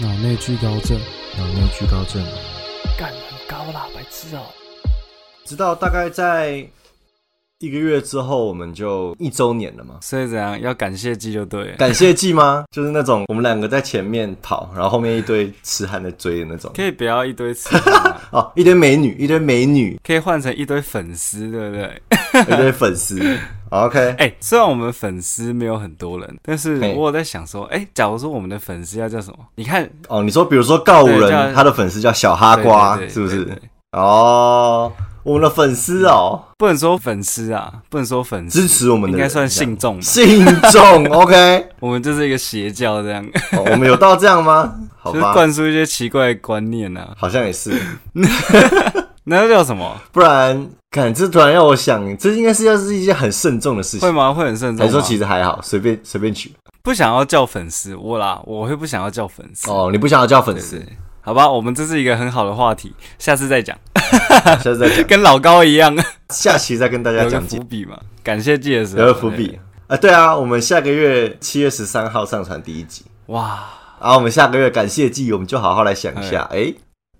脑内聚高症，脑内聚高症，干很高啦，白痴哦、直到大概在一个月之后，我们就一周年了嘛。所以怎样要感谢季就对了。感谢季吗？ 就是那种我们两个在前面跑，然后后面一堆痴汉在追的那种。可以不要一堆词吗哦，一堆美女，一堆美女 ，可以换成一堆粉丝，对不对？一堆粉丝。OK，哎、虽然我们粉丝没有很多人，但是嘿我有在想说，哎、假如说我们的粉丝要叫什么？你看哦，你说比如说告五对叫人，他的粉丝叫小哈瓜，对对对是不对对是？哦，我们的粉丝哦，不能说粉丝啊，不能说粉丝，支持我们的应人该算信众吧。这样信众。OK，我们就是一个邪教这样，哦我们有到这样吗？好就是吧，灌输一些奇怪的观念啊。好像也是。那叫什么？不然，看这突然让我想，这应该是要是一件很慎重的事会情。吗？会很慎重还吗？说其实还好，随便随便取。不想要叫粉丝，我啦，我会不想要叫粉丝。哦，你不想要叫粉丝对，，好吧，我们这是一个很好的话题，下次再讲， 下次再讲，跟老高一样，下期再跟大家有个讲伏解，笔嘛。感谢季的时候，留个伏笔。啊，对啊，我们下个月七月十三号上传第一集，哇，啊，我们下个月感谢季，我们就好好来想一下，诶，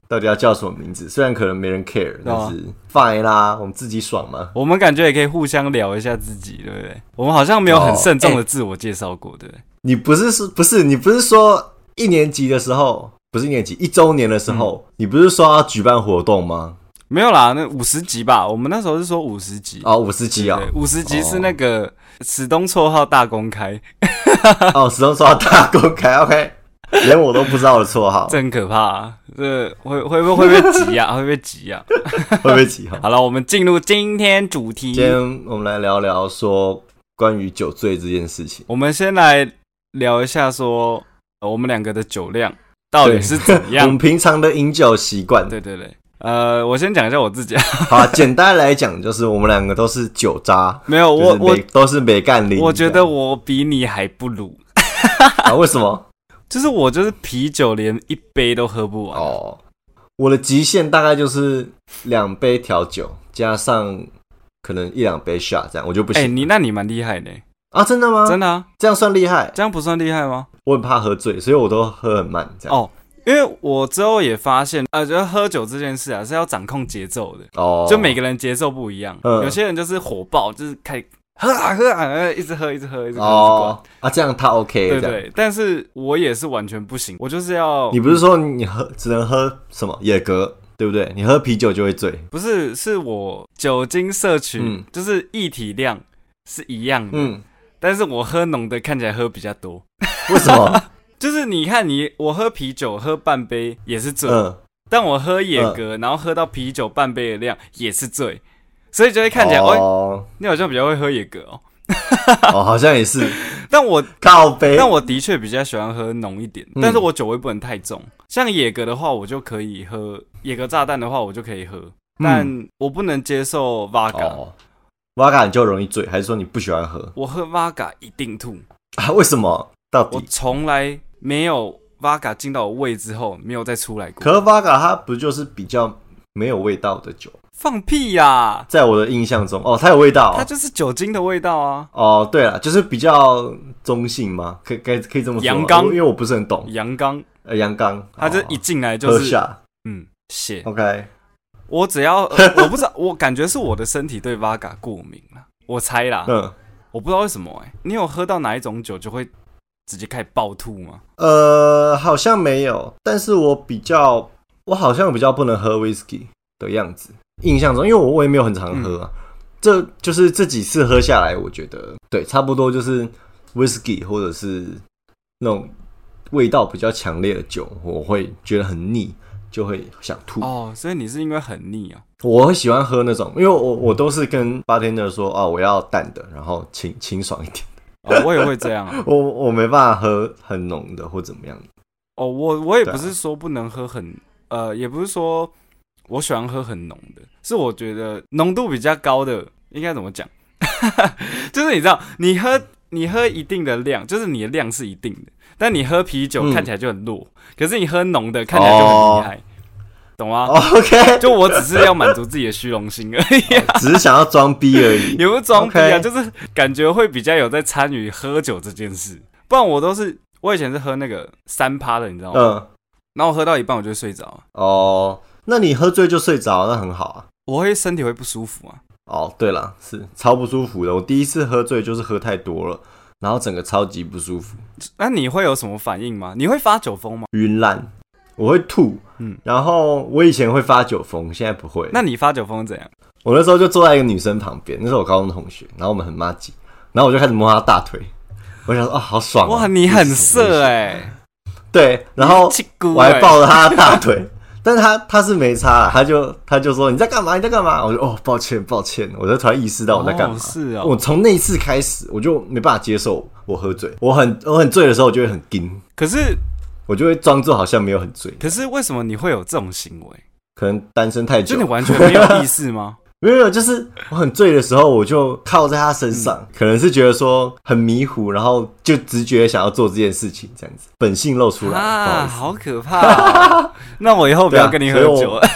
到底要叫什么名字？虽然可能没人 care，但是 fine 啦，我们自己爽嘛。我们感觉也可以互相聊一下自己，对不对？我们好像没有很哦慎重的哎自我介绍过，对不对？你不是说不是你不是说一年级的时候，不是一年级一周年的时候，你不是说要举办活动吗？没有啦，那五十集吧，我们那时候是说五十集，哦，五十集啊对，，五十集是那个史东绰号大公开，哦，始终说到大公开，OK，连我都不知道我的绰 号，这很可怕、啊，这会会不会会被急 啊？会不会急啊？会不会起哄？好了，我们进入今天主题，今天我们来聊聊说关于酒醉这件事情。我们先来聊一下说，呃我们两个的酒量到底是怎我们样？平常的饮酒习惯， 对对对，呃，我先讲一下我自己，好啊，简单来讲就是我们两个都是酒渣，没有我就是我没都是没干零。我觉得我比你还不如，啊，为什么？就是我就是啤酒连一杯都喝不完，哦，我的极限大概就是两杯调酒加上可能一两杯 shot 这样，我就不哎、行、你那你蛮厉害的、啊！真的吗？真的啊，这样算厉害？这样不算厉害吗？我很怕喝醉，所以我都喝很慢这样。哦，因为我之后也发现，呃，觉得喝酒这件事啊是要掌控节奏的，哦，就每个人节奏不一样，嗯有些人就是火爆，就是开始喝啊喝啊，呃一直喝一直喝一直喝一直灌哦啊，这样他 OK 对这样。对，但是我也是完全不行，我就是要你不是说你喝只能喝什么野格，对不对？你喝啤酒就会醉。不是是我酒精摄取、嗯就是液体量是一样的，嗯，但是我喝浓的看起来喝比较多，为什 么？就是你看你我喝啤酒喝半杯也是醉，嗯，但我喝野格、然后喝到啤酒半杯的量也是醉，所以就会看起来，哦，哦，你好像比较会喝野格哦，哦，好像也是但我靠背。但我的确比较喜欢喝浓一点，嗯但是我酒味不能太重。像野格的话，我就可以喝；野格炸弹的话，我就可以喝，但我不能接受 v 嘎。哦，瓦嘎你就容易醉，还是说你不喜欢喝我喝 v 嘎一定吐，啊？为什么？到我底？从来没有 v 嘎进到我胃之后没有再出来过。可是瓦嘎它不就是比较没有味道的酒？放屁呀、在我的印象中，哦，它有味道它哦。就是酒精的味道啊！哦对了，就是比较中性吗？可可以可以这么说吗。阳刚因为我不是很懂。阳刚，呃，阳刚，它就哦一进来就喝是、下。嗯血。 OK，我只要、 呃我不知道，我感觉是我的身体对 v 嘎过敏了，我猜啦。嗯，我不知道为什么哎、你有喝到哪一种酒就会直接开始暴吐吗？呃，好像没有，但是我比较，我好像比较不能喝 whisky 的样子，印象中，因为我我也没有很常喝啊，这就是这几次喝下来，我觉得对，差不多就是 whisky 或者是那种味道比较强烈的酒，我会觉得很腻，就会想吐。哦，所以你是因为很腻啊？我会喜欢喝那种，因为我我都是跟 bartender 说啊，我要淡的，然后清清爽一点，哦，我也会这样啊。我我没办法喝很浓的或怎么样的。哦，我我也对啊不是说不能喝很，呃，也不是说我喜欢喝很浓的，是我觉得浓度比较高的，应该怎么讲？ 就是你知道，你喝你喝一定的量，就是你的量是一定的，但你喝啤酒嗯哦看起来就很弱，可是你喝浓的看起来就很厉害，懂吗？ OK，就我只是要满足自己的虚荣心而已、啊。只是想要装逼而已。也不是装逼啊 OK 就是感觉会比较有在参与喝酒这件事。不然我都是，我以前是喝那个三趴的，你知道吗？嗯，然后我喝到一半我就会睡着啊，哦，那你喝醉就睡着，那很好啊。我会身体会不舒服啊。哦，对了，是超不舒服的。我第一次喝醉就是喝太多了，然后整个超级不舒服，那你会有什么反应吗？你会发酒疯吗？晕烂，我会吐。嗯，然后我以前会发酒疯，现在不会。那你发酒疯是怎样？我那时候就坐在一个女生旁边，那是我高中同学，然后我们很骂街，然后我就开始摸她大腿，我想说啊、好爽、啊！哇，你很色哎、哎、对，然后气骨我还哎抱了她的大腿，但是她她是没擦啦，她就她就说你在干嘛？你在干嘛？我就哦，抱歉抱歉，我就突然意识到我在干嘛。哦是哦我从那一次开始，我就没办法接受我喝醉，我很我很醉的时候，我就会很惊，可是我就会装作好像没有很醉，可是为什么你会有这种行为？可能单身太久就你，完全没有意识吗？没有，没有，就是我很醉的时候，我就靠在他身嗯上，可能是觉得说很迷糊，然后就直觉想要做这件事情，这样子，本性露出来，啊， 不好好可 怕哦、那我以后不要跟你喝酒，了，啊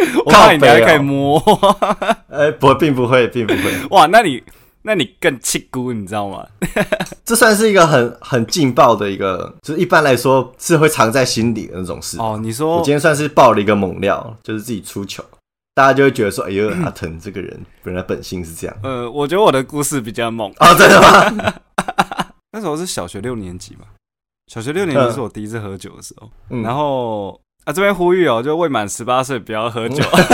我怕你等下可以摸。意思，哎、不，并不会，并不会，哇，那你那你更气姑，你知道吗？这算是一个很很劲爆的一个，就是一般来说是会藏在心里的那种事。哦，你我说今天算是爆了一个猛料，就是自己出糗，大家就会觉得说，哎呦，嗯阿腾这个人本来本性是这样 呃，我觉得我的故事比较猛。啊、真的吗？那时候是小学六年级嘛，小学六年级是我第一次喝酒的时候。嗯 然后啊，这边呼吁哦，就未满十八岁不要喝酒，嗯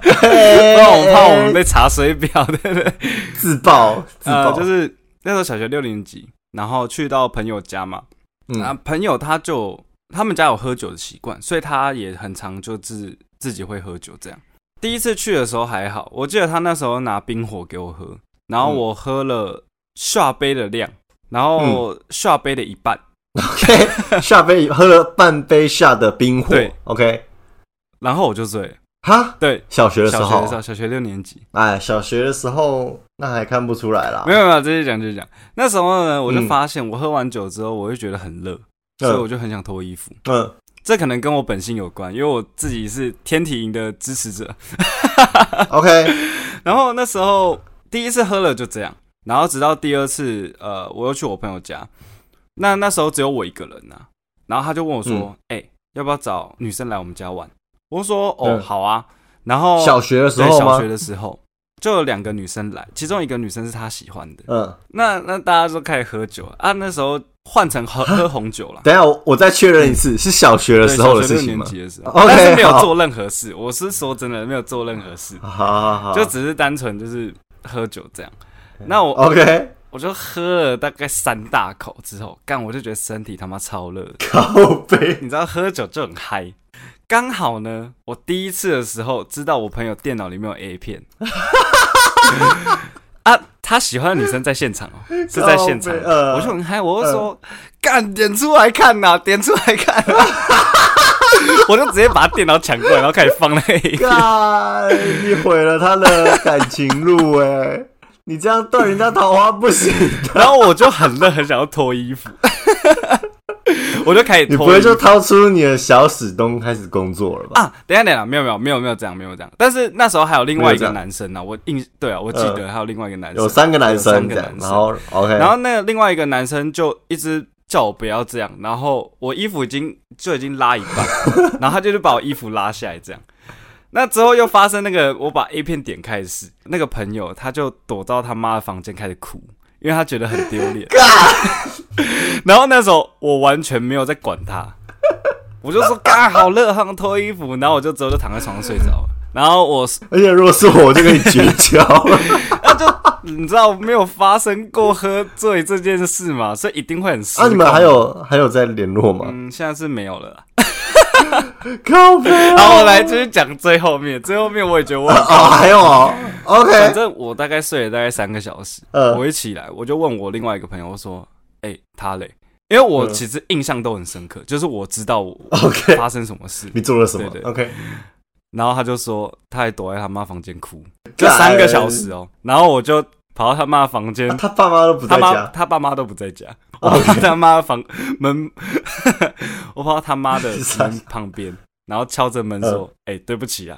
不不然然哦我怕我们被查水表，对不对？自爆，自爆，呃，就是那时候小学六年级，然后去到朋友家嘛，啊，嗯，朋友他就他们家有喝酒的习惯，所以他也很常就自自己会喝酒这样。第一次去的时候还好，我记得他那时候拿冰火给我喝，然后嗯我喝了下杯的量，然后嗯下杯的一半， OK，下杯喝了半杯下的冰火对。 OK，然后我就醉了。哈，对，小学的时小学的时候候，，小学六年级，哎，小学的时候那还看不出来啦。没有没有，直接讲直接讲。那时候呢，我就啊嗯发现我喝完酒之后，我会觉得很热，所以我就很想脱衣服。嗯，这可能跟我本性有关，因为我自己是天体营的支持者。 嗯，OK，然后那时候第一次喝了就这样，然后直到第二次，呃，我又去我朋友家，那那时候只有我一个人啊，然后他就问我说嗯：“哎、要不要找女生来我们家玩？”我就说：“哦，嗯好啊。”然后小学的时对候小吗学？的时候就有两个女生来，其中一个女生是他喜欢的，嗯，那那大家就开始喝酒啊，那时候换成喝喝红酒了。等一下我我再确认一次，是小学的嗯对时候小的学事六情年吗？哦级的时候 OK，但是没有好做任何事。我是说真的，没有做任何事。啊好好好，就只是单纯就是喝酒这样。那我 OK，哦我就喝了大概三大口之后，干我就觉得身体他妈超热的，靠背，你知道喝酒就很嗨。刚好呢，我第一次的时候知道我朋友电脑里面有 A 片， 啊，他喜欢的女生在现场哦， 是在现场，靠北呃我就很嗨，我就说呃干点出来看呐、点出来 看、我就直接把他电脑抢过来，然后开始放那个 A 片干，你毁了他的感情路哎，你这样断人家桃花不行 的， 然后我就很热，很想要脱衣服， 我就开始你不脱会衣服就掏出你的小史东开始工作了吧？啊！等一下等一下，没有没有没有没有这样没有这样，但是那时候还有另外一没有这个样男生呢、我印对啊，我记得还有另外一个男生，有三个男有三生个这样男，生然后 OK，然后那个另外一个男生就一直叫我不要这样，然后我衣服已经就已经拉一半， 然后他就是把我衣服拉下来这样。那之后又发生那个我把 A 片点开的事，那个朋友他就躲到他妈的房间开始哭，因为他觉得很丢 脸。然后那时候我完全没有在管他，我就说干好热，好想脱衣服，然后我就之后就躺在床上睡着了。然后我而且如果是我，我就跟你 绝交了。你知道没有发生过喝醉这件事嘛，所以一定会很失啊，控。你们还有还有在联络吗？嗯，现在是没有了 啦。嗯靠背啊然后我来继续讲最后面，最后面我也觉得我 很哦，还有哦反，OK，正我大概睡了大概三个小时，呃我一起来我就问我另外一个朋友我说：“哎、他嘞？”因为我嗯其实印象都很深刻，就是我知道 我 OK 发生什么事，你做了什么对对？OK，然后他就说他还躲在他妈房间哭，就三个小时哦、然后我就跑到他妈房 间啊，他爸妈都不在他妈家，哦他爸妈都不在家，我 OK 跑到他妈的房门， 我跑到他妈 的啊门旁边，然后敲着门说：“哎、对不起啊，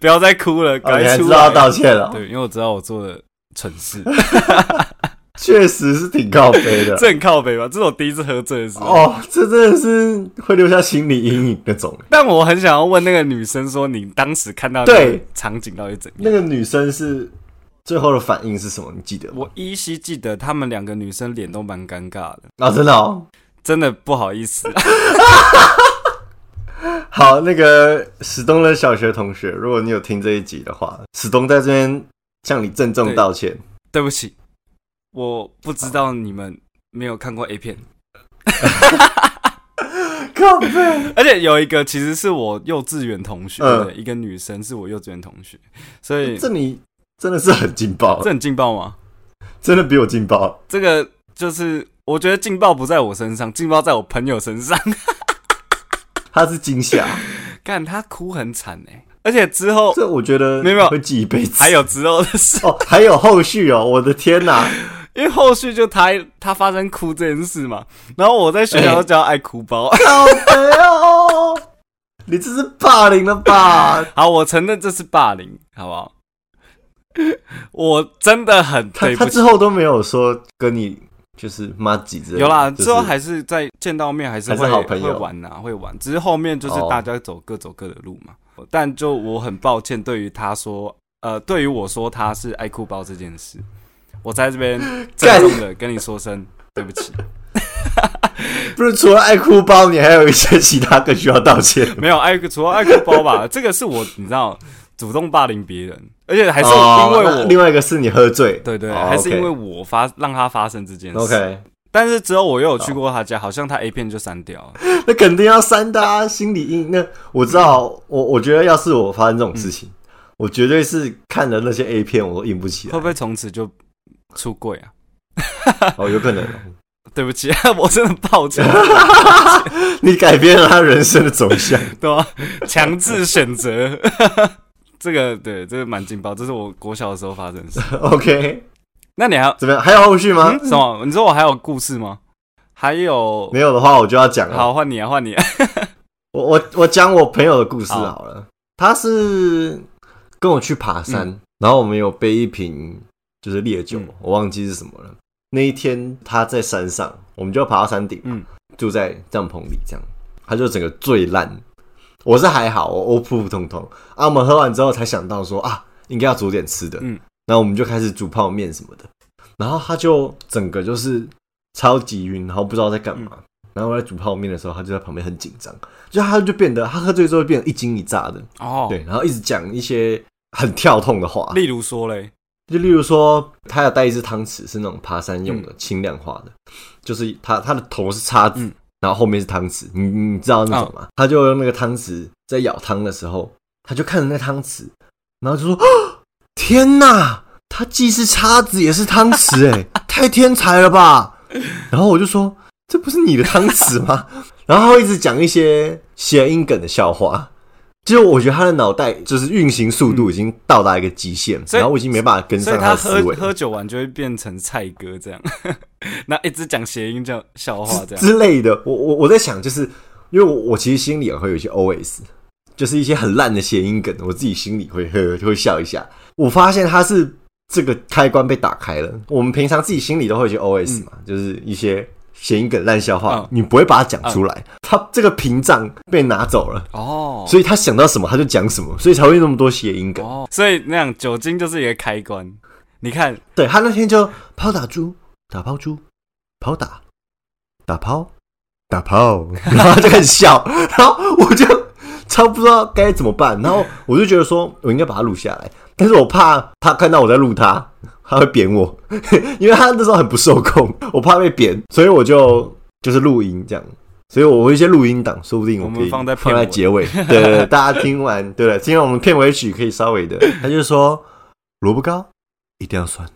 不要再哭了，嗯哦，你该还出知来啊道了。道歉了？对，因为我知道我做了蠢事。确实是挺靠背的。 这很靠北吧？这是我第一次喝醉的时候。哦，这真的是会留下心理阴影那种。但我很想要问那个女生说，你当时看到那个对场景到底怎样？那个女生是最后的反应是什么？你记得吗？我依稀记得她们两个女生脸都蛮尴尬的，啊、真的哦。真的不好意思。 好，那个史东的小学同学，如果你有听这一集的话，史东在这边向你郑重道歉。对不起，我不知道你们没有看过 A 片，靠背，而且有一个其实是我幼稚园同学嗯的一个女生，是我幼稚园同学，所以这你真的是很劲爆这，很劲爆吗？真的比我劲爆。这个就是我觉得劲爆不在我身上，劲爆在我朋友身上。 他是惊吓，看他哭很惨哎、而且之后这我觉得没有没有会记一辈子。还有之后的事， 哦，还有后续哦，我的天哪！因为后续就他他发生哭这件事嘛，然后我在学校都叫他爱哭包。 靠背哦，你这是霸凌了 吧？好，我承认这是霸凌，好不好？我真的很他对他不起之。后都没有说跟你就是妈几之类的有啦，就是之后还是在见到面还是还是会好朋友会玩呐、啊会玩。只是后面就是哦大家走各走各的路嘛。但就我很抱歉，对于他说，呃，对于我说他是爱哭包这件事，我在这边 郑重的跟你说声对不起。 不是除了爱哭包，你还有一些其他更需要道歉的吗。没有爱，除了爱哭包吧， 这个是我你知道主动霸凌别人，而且 还是因哦为那我，另外一个是你喝醉，对对，哦还是 OK 因为我发让他发生这件事。 OK，但是之后我又有去过他家，好像他 A 片就删掉 了。那肯定要删的啊，心理阴影。那我知道，我我觉得要是我发生这种事情，我绝对是看了那些 A 片，我都硬不起会 来。不会从此就出柜啊？哦，有可能哦， 对不起， 我真的抱歉，你改变了他人生的走向。对吧？强制选择， 这个对，这个蛮劲爆，这是我国小的时候发生的事。 OK，那你还有、怎么样？还有后续吗？嗯、什么？你说我还有故事吗？还有，没有的话，我就要讲了。好，换你啊，换你、我我我讲我朋友的故事好好了。他是跟我去爬山，然后我们有背一瓶就是烈酒，嗯我忘记是什么了。那一天他在山上，我们就要爬到山顶，嗯住在帐篷里，这样他就整个醉烂。我是还好，我我普普通通啊。我们喝完之后才想到说啊，应该要煮点吃的，嗯然后我们就开始煮泡面什么的。然后他就整个就是超级晕，然后不知道在干嗯嘛。然后我在煮泡面的时候，他就在旁边很紧张，就他就变得他喝醉之后变得一惊一乍的，哦，对，然后一直讲一些很跳痛的话，例如说嘞，就例如说他要带一只汤匙，是那种爬山用的轻量化的，就是他他的头是叉子，嗯哦然后后面是汤匙，你你知道那种吗？他就用那个汤匙在舀汤的时候，他就看着那汤匙，然后就说：“啊天哪，它既是叉子也是汤匙、 欸，哎，太天才了吧！”然后我就说：“这不是你的汤匙吗？” 然后他会一直讲一些谐音梗的笑话。就是我觉得他的脑袋就是运行速度已经到达一个极限，嗯所以然后我已经没办法跟所上以他的思喝维喝酒完就会变成菜哥这样， 那一直讲谐音叫笑话这样。之类的。我我我在想，就是因为我我其实心里也会有一些 OS，就是一些很烂的谐音梗，我自己心里会呵就会笑一下。我发现他是这个开关被打开了。我们平常自己心里都会有一些 OS 嘛，就是一些谐音梗、烂笑话，嗯你不会把它讲出来。他这个屏障被拿走了，哦，所以他想到什么他就讲什么，所以才会那么多谐音梗。哦，所以那样酒精就是一个开关。你看，对他那天就抛打猪，打抛猪，抛打，打抛，打抛， 然后他就开始笑， 然后我就超不知道该怎么办，然后我就觉得说我应该把它录下来，但是我怕他看到我在录他，他会扁我， 因为他那时候很不受控，我怕被扁，所以我就就是录音这样。所以我会一些录音档，说不定我可们以放在放片在尾结尾，对对对，大家听完，对了，今天我们片尾曲可以稍微的，他就说萝卜糕一定要蒜，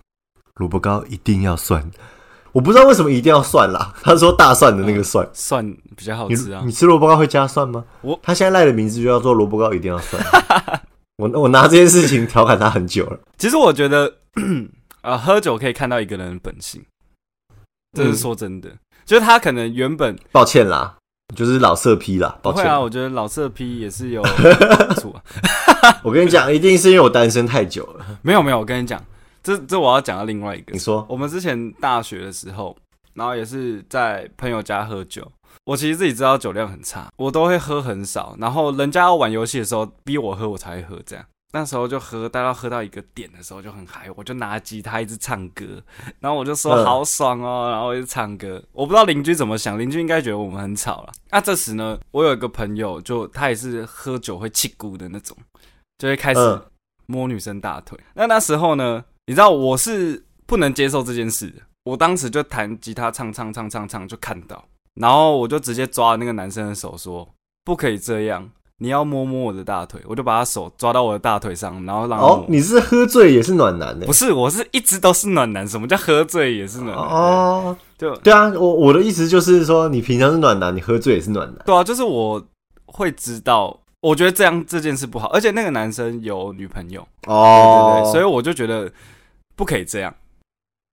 萝卜糕一定要蒜。我不知道为什么一定要蒜啦，他说大蒜的那个蒜。蒜比较好你吃啊你。吃萝卜糕会加蒜吗？我他现在赖的名字就叫做萝卜糕一定要蒜。 我我拿这件事情调侃他很久了， 其实我觉得， 呃，喝酒可以看到一个人的本性，这嗯是说真的。就是他可能原本抱歉啦，就是老色批啦，不抱会歉。啊，我觉得老色批也是有 好处啊。我跟你讲，一定是因为我单身太久了。没有没有，我跟你讲，这这我要讲到另外一个你，说我们之前大学的时候，然后也是在朋友家喝酒。我其实自己知道酒量很差，我都会喝很少。然后人家要玩游戏的时候逼我喝，我才会喝。这样那时候就喝，大家喝到一个点的时候就很嗨，我就拿吉他一直唱歌，然后我就说嗯好爽哦，然后我就唱歌。我不知道邻居怎么想，邻居应该觉得我们很吵了。那、这时呢，我有一个朋友就他也是喝酒会气鼓的那种，就会开始嗯摸女生大腿。那那时候呢，你知道我是不能接受这件事的，我当时就弹吉他唱唱唱唱唱就看到，然后我就直接抓了那个男生的手说不可以这样，你要摸摸我的大腿，我就把他手抓到我的大腿上，然后让他摸。哦，你是喝醉也是暖男呢、啊欸不是，我是一直都是暖男。什么叫喝醉也是暖男？哦，哦，就对啊，我我的意思就是说，你平常是暖男，你喝醉也是暖男。对啊，就是我会知道，我觉得这样这件事不好，而且那个男生有女朋友，对哦对，对，所以我就觉得不可以这样。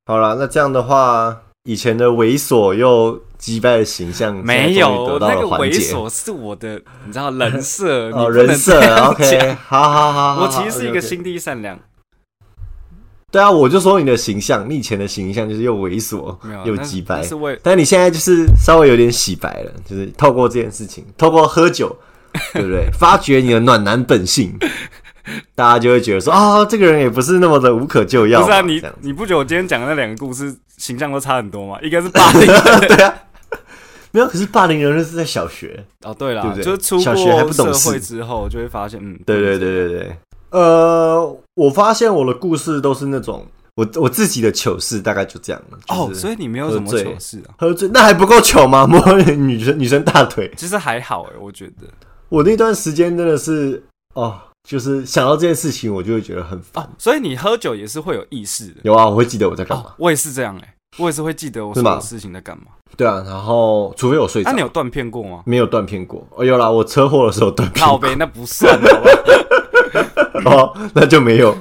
好啦，那这样的话，以前的猥琐又击败的形象，没现在终于有得到那了个缓猥解。琐是我的，你知道人设，呃你 哦，不人能设这样，OK，讲。好好好好，我其实是一个啊 OK，OK 心地善良，对啊，我就说你的形象，你以前的形象就是又猥琐没有又那是击败那，是为但你现在就是稍微有点洗白了，就是透过这件事情，透过喝酒，对不 对？发掘你的暖男本性，大家就会觉得说啊、这个人也不是那么的无可救药不嘛。是啊，你这样子你不觉得我今天讲的那两个故事形象都差很多吗？一个是霸 凌的没有，可是霸凌人那是在小学，哦，对了，对不对就是出小学还过不懂社事会之后就会发现，嗯，对对对对对。呃，我发现我的故事都是那种我我自己的糗事，大概就这样了。哦，就是所以你没有什喝么醉糗事啊？喝醉那还不够糗吗？ 摸女生女生大腿，其实还好哎、我觉得我那段时间真的是哦，就是想到这件事情，我就会觉得很烦。啊，所以你喝酒也是会有意识的。有啊，我会记得我在干嘛。哦，我也是这样哎、我也是会记得我是所吗有事情在干嘛。对啊，然后除非我睡那、着，你有断片过吗？没有断片过。哦，有啦，我车祸的时候断片靠过，呗，那不算好吧？ 哦，那就没有，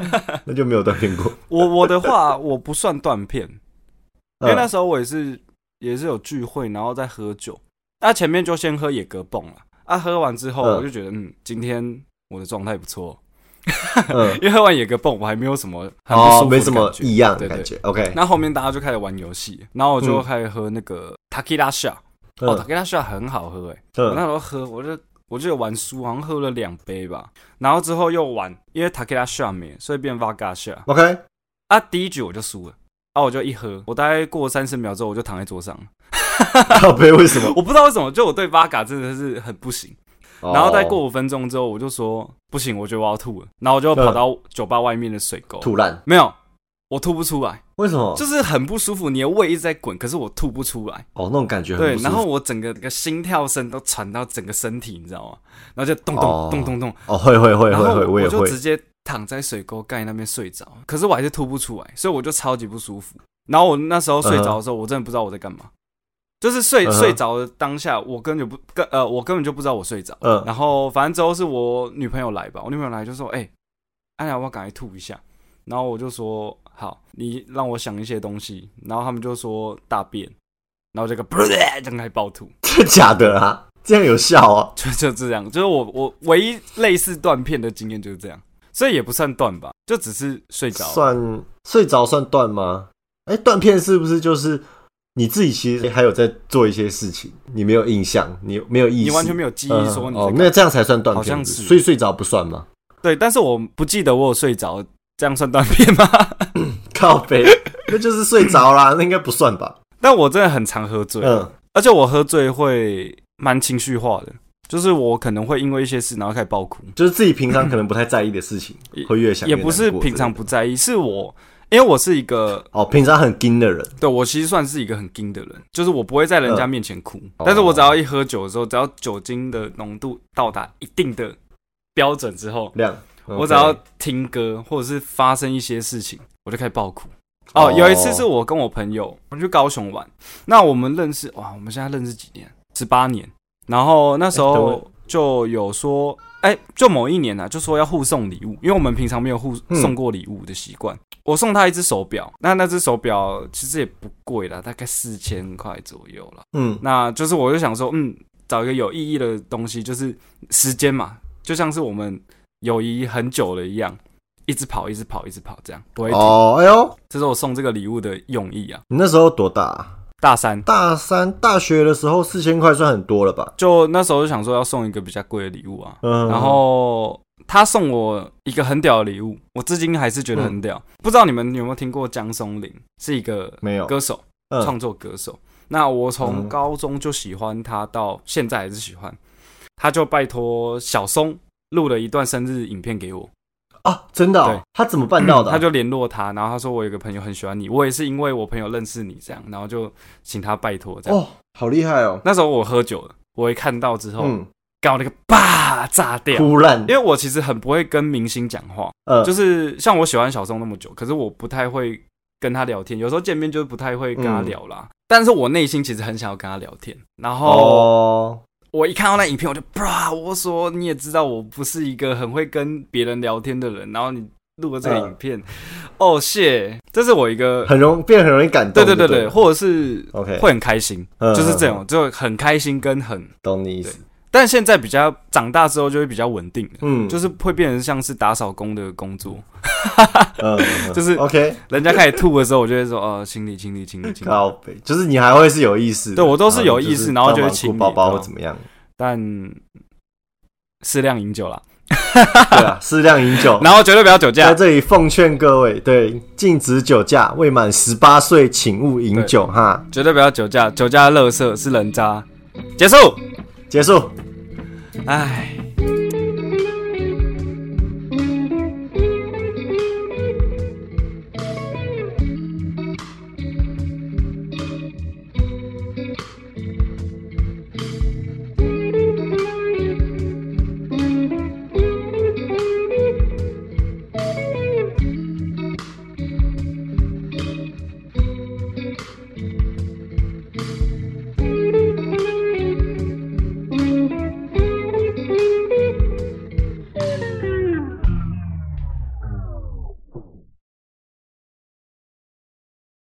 那就没有断片过。我我的话，我不算断片， 因为那嗯，时候我也是也是有聚会，然后在喝酒。那前面就先喝野格蹦了，啊，喝完之后嗯我就觉得，嗯，今天我的状态不错，嗯因为喝完野格蹦，我还没有什么很不舒哦服，的没什么感觉异样的对对感觉。OK，那后面大家就开始玩游戏，然后我就嗯开始喝那个 Takila Shot，、哦嗯 Takila Shot 很好喝哎、我那嗯时候喝，我就我就有玩输，好像喝了两杯吧，然后之后又玩，因为 Takila Shot 没，所以变 Vaga Shot， ，OK， 啊第一局我就输了，啊我就一喝，我大概过三十秒之后我就躺在桌上了，靠背为什么？我不知道为什么，就我对 Vaga 真的是很不行，然后再过哦五分钟之后我就说不行，我觉得我要吐了，然后我就跑到酒吧外面的水沟，吐烂，没有，我吐不出来，为什么？就是很不舒服，你的胃一直在滚，可是我吐不出来。哦，那种感觉很对不，舒然后服。我整个个心跳声都传到整个身体，你知道吗？然后就咚哦咚咚咚咚，哦，会会会然会后会，我也就会。直接躺在水沟盖那边睡着，可是我还是吐不出来，所以我就超级不舒服。然后我那时候睡着的时候，我真的不知道我在干嘛，就是睡、嗯哼睡着的当下，我根本就不根呃，我根本就不知道我睡着。嗯然后反正之后是我女朋友来吧，我女朋友来就说：“哎、安雅，我要赶快吐一下。”然后我就说：“好，你让我想一些东西。”然后他们就说大便，然后这个 就开始暴吐， 真的假的啊？这样有效啊？ 就就这样，就是我我唯一类似断片的经验就是这样，所以也不算断吧，就只是睡着。算睡着算断吗？哎、断片是不是就是你自己其实还有在做一些事情，你没有印象，你没有意识，你完全没有记忆说你嗯在哦干，嘛那这样才算断片，好像不是所以睡着不算吗？对，但是我不记得我有睡着，这样算断片吗？ 靠背，那就是睡着啦，那应该不算吧？但我真的很常喝醉，嗯，而且我喝醉会蛮情绪化的，就是我可能会因为一些事然后开始爆哭，就是自己平常可能不太在意的事情，会越想越也不是难过平常之类不在意，是我因为我是一个的哦，平常很硬的人，对我其实算是一个很硬的人，就是我不会在人家嗯面前哭，哦但是我只要一喝酒的时候，只要酒精的浓度到达一定的标准之后，亮，我 OK 只要哦听歌或者是发生一些事情，我就开始爆哭。哦，有一次是我跟我朋友，我们去高雄玩，那我们认识哇，我们现在认识几年？十八年。然后那时哎等我候就有说，哎、就某一年啊，就说要互送礼物，因为我们平常没有互嗯送过礼物的习惯。我送他一只手表，那那只手表其实也不贵啦，大概四千块左右啦。嗯那就是我就想说，嗯，找一个有意义的东西，就是时间嘛，就像是我们友谊很久了一样，一直跑，一直跑，一直跑，这样不会停。哦，哎呦，这是我送这个礼物的用意啊。你那时候多大啊、大三大三大学的时候四千块算很多了吧？就那时候就想说要送一个比较贵的礼物啊，嗯，然后他送我一个很屌的礼物，我至今还是觉得很屌。嗯不知道你们有没有听过江松林，是一个没有歌手，嗯创作歌手。那我从嗯高中就喜欢他，到现在还是喜欢。他就拜托小松录了一段生日影片给我，啊，真的哦、对嗯他怎么办到的啊、他就联络他，然后他说我有个朋友很喜欢你，我也是因为我朋友认识你这样，然后就请他拜托这样。哦，好厉害哦，那时候我喝酒了，我一看到之后，嗯，搞那个吧炸掉，哭烂因，为我其实很不会跟明星讲话，呃，就是像我喜欢小松那么久，可是我不太会跟他聊天，有时候见面就是不太会嗯跟他聊啦。但是我内心其实很想要跟他聊天，然后哦，我一看到那影片，我就啪，我说你也知道我不是一个很会跟别人聊天的人，然后你录了这个嗯影片，哦谢，这是我一个，很容变得很容易感对动，对对对对，了或者是，OK，会很开心，嗯就是这嗯种，就很开心跟很，懂你意思，但现在比较长大之后就会比较稳定了。嗯，就是会变成像是打扫工的工作，嗯，嗯 就是 OK，人家开始吐的时候，我就会说哦，清理清理清理清理。靠北，就是你还会是有意识的，嗯对我都是有意识然后就会帮忙请顾你宝宝对或吧怎么样，但适量饮酒啦，对啊，适量饮酒。然后绝对不要酒在驾。这里奉劝各位，对，禁止酒驾，未满十八岁请勿饮酒哈。绝对不要酒驾，酒驾的垃圾是人渣。结束。结束。唉，